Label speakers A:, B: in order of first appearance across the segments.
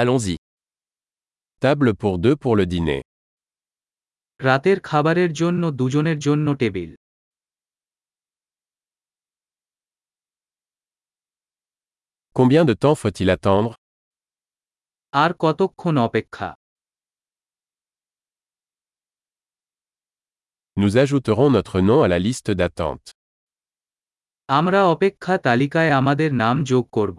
A: Allons-y. Table pour deux pour le dîner.
B: রাতের খাবারের জন্য দুজনের জন্য টেবিল
A: Combien de temps faut-il attendre
B: আর কতক্ষণ অপেক্ষা
A: Nous ajouterons notre nom à la liste d'attente.
B: আমরা অপেক্ষা তালিকায় আমাদের নাম যোগ করব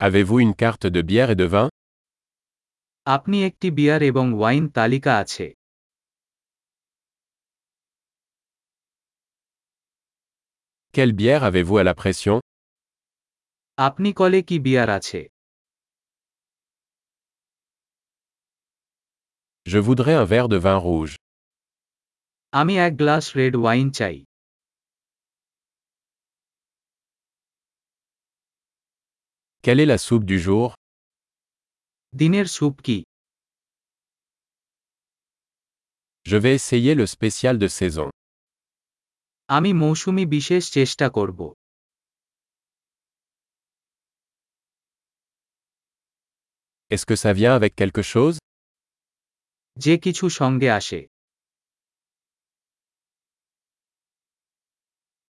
A: Avez-vous une carte de bière et de vin
B: আপনি একটি বিয়ার এবং ওয়াইন তালিকা আছে
A: Quelle bière avez-vous à la pression
B: আপনি কলে কি বিয়ার আছে
A: Je voudrais un verre de vin rouge.
B: আমি এক গ্লাস রেড ওয়াইন চাই
A: Quelle est la soupe du jour
B: দিনের স্যুপ কি
A: Je vais essayer le spécial de saison.
B: আমি মৌসুমি বিশেষ চেষ্টা করব
A: Est-ce que ça vient avec quelque chose
B: যে কিছু সঙ্গে আসে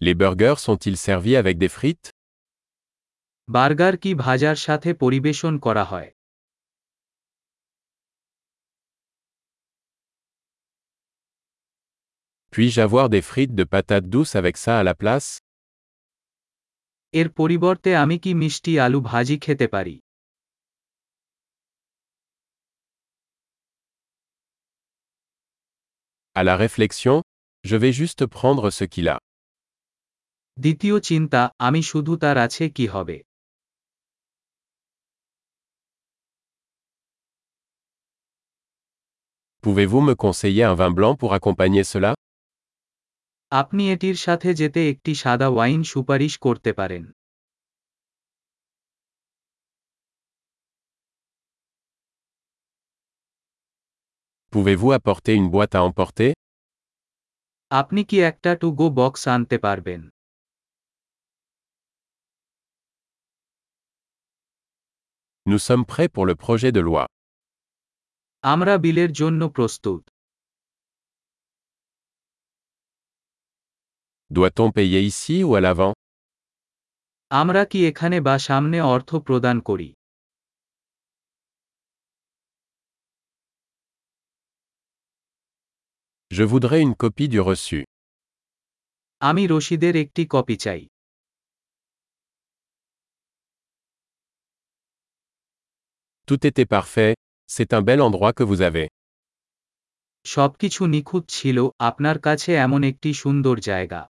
A: Les burgers sont-ils servis avec des frites
B: বার্গার কি ভাজার সাথে পরিবেশন করা হয়
A: Puis-je avoir des frites de patates douces avec ça à la place
B: এর পরিবর্তে আমি কি মিষ্টি আলু ভাজি খেতে পারি
A: À la réflexion, je vais juste prendre ce qu'il a.
B: দ্বিতীয় চিন্তা আমি শুধু তার আছে কি হবে
A: Pouvez-vous me conseiller un vin blanc pour accompagner cela
B: আপনি এটির সাথে যেতে একটি সাদা ওয়াইন সুপারিশ করতে পারেন
A: Pouvez-vous apporter une boîte à emporter
B: আপনি কি একটা টু গো বক্স আনতে পারবেন
A: Nous sommes prêts pour le projet de loi.
B: আমরা বিলের জন্য প্রস্তুত
A: Doit-on payer ici ou à l'avant
B: আমরা কি এখানে বা সামনে অর্থ প্রদান করি
A: Je voudrais une copie du reçu.
B: আমি রসিদের একটি কপি চাই
A: Tout était parfait, c'est un bel endroit que vous avez.
B: সবকিছু নিখুঁত ছিল আপনার কাছে এমন একটি সুন্দর জায়গা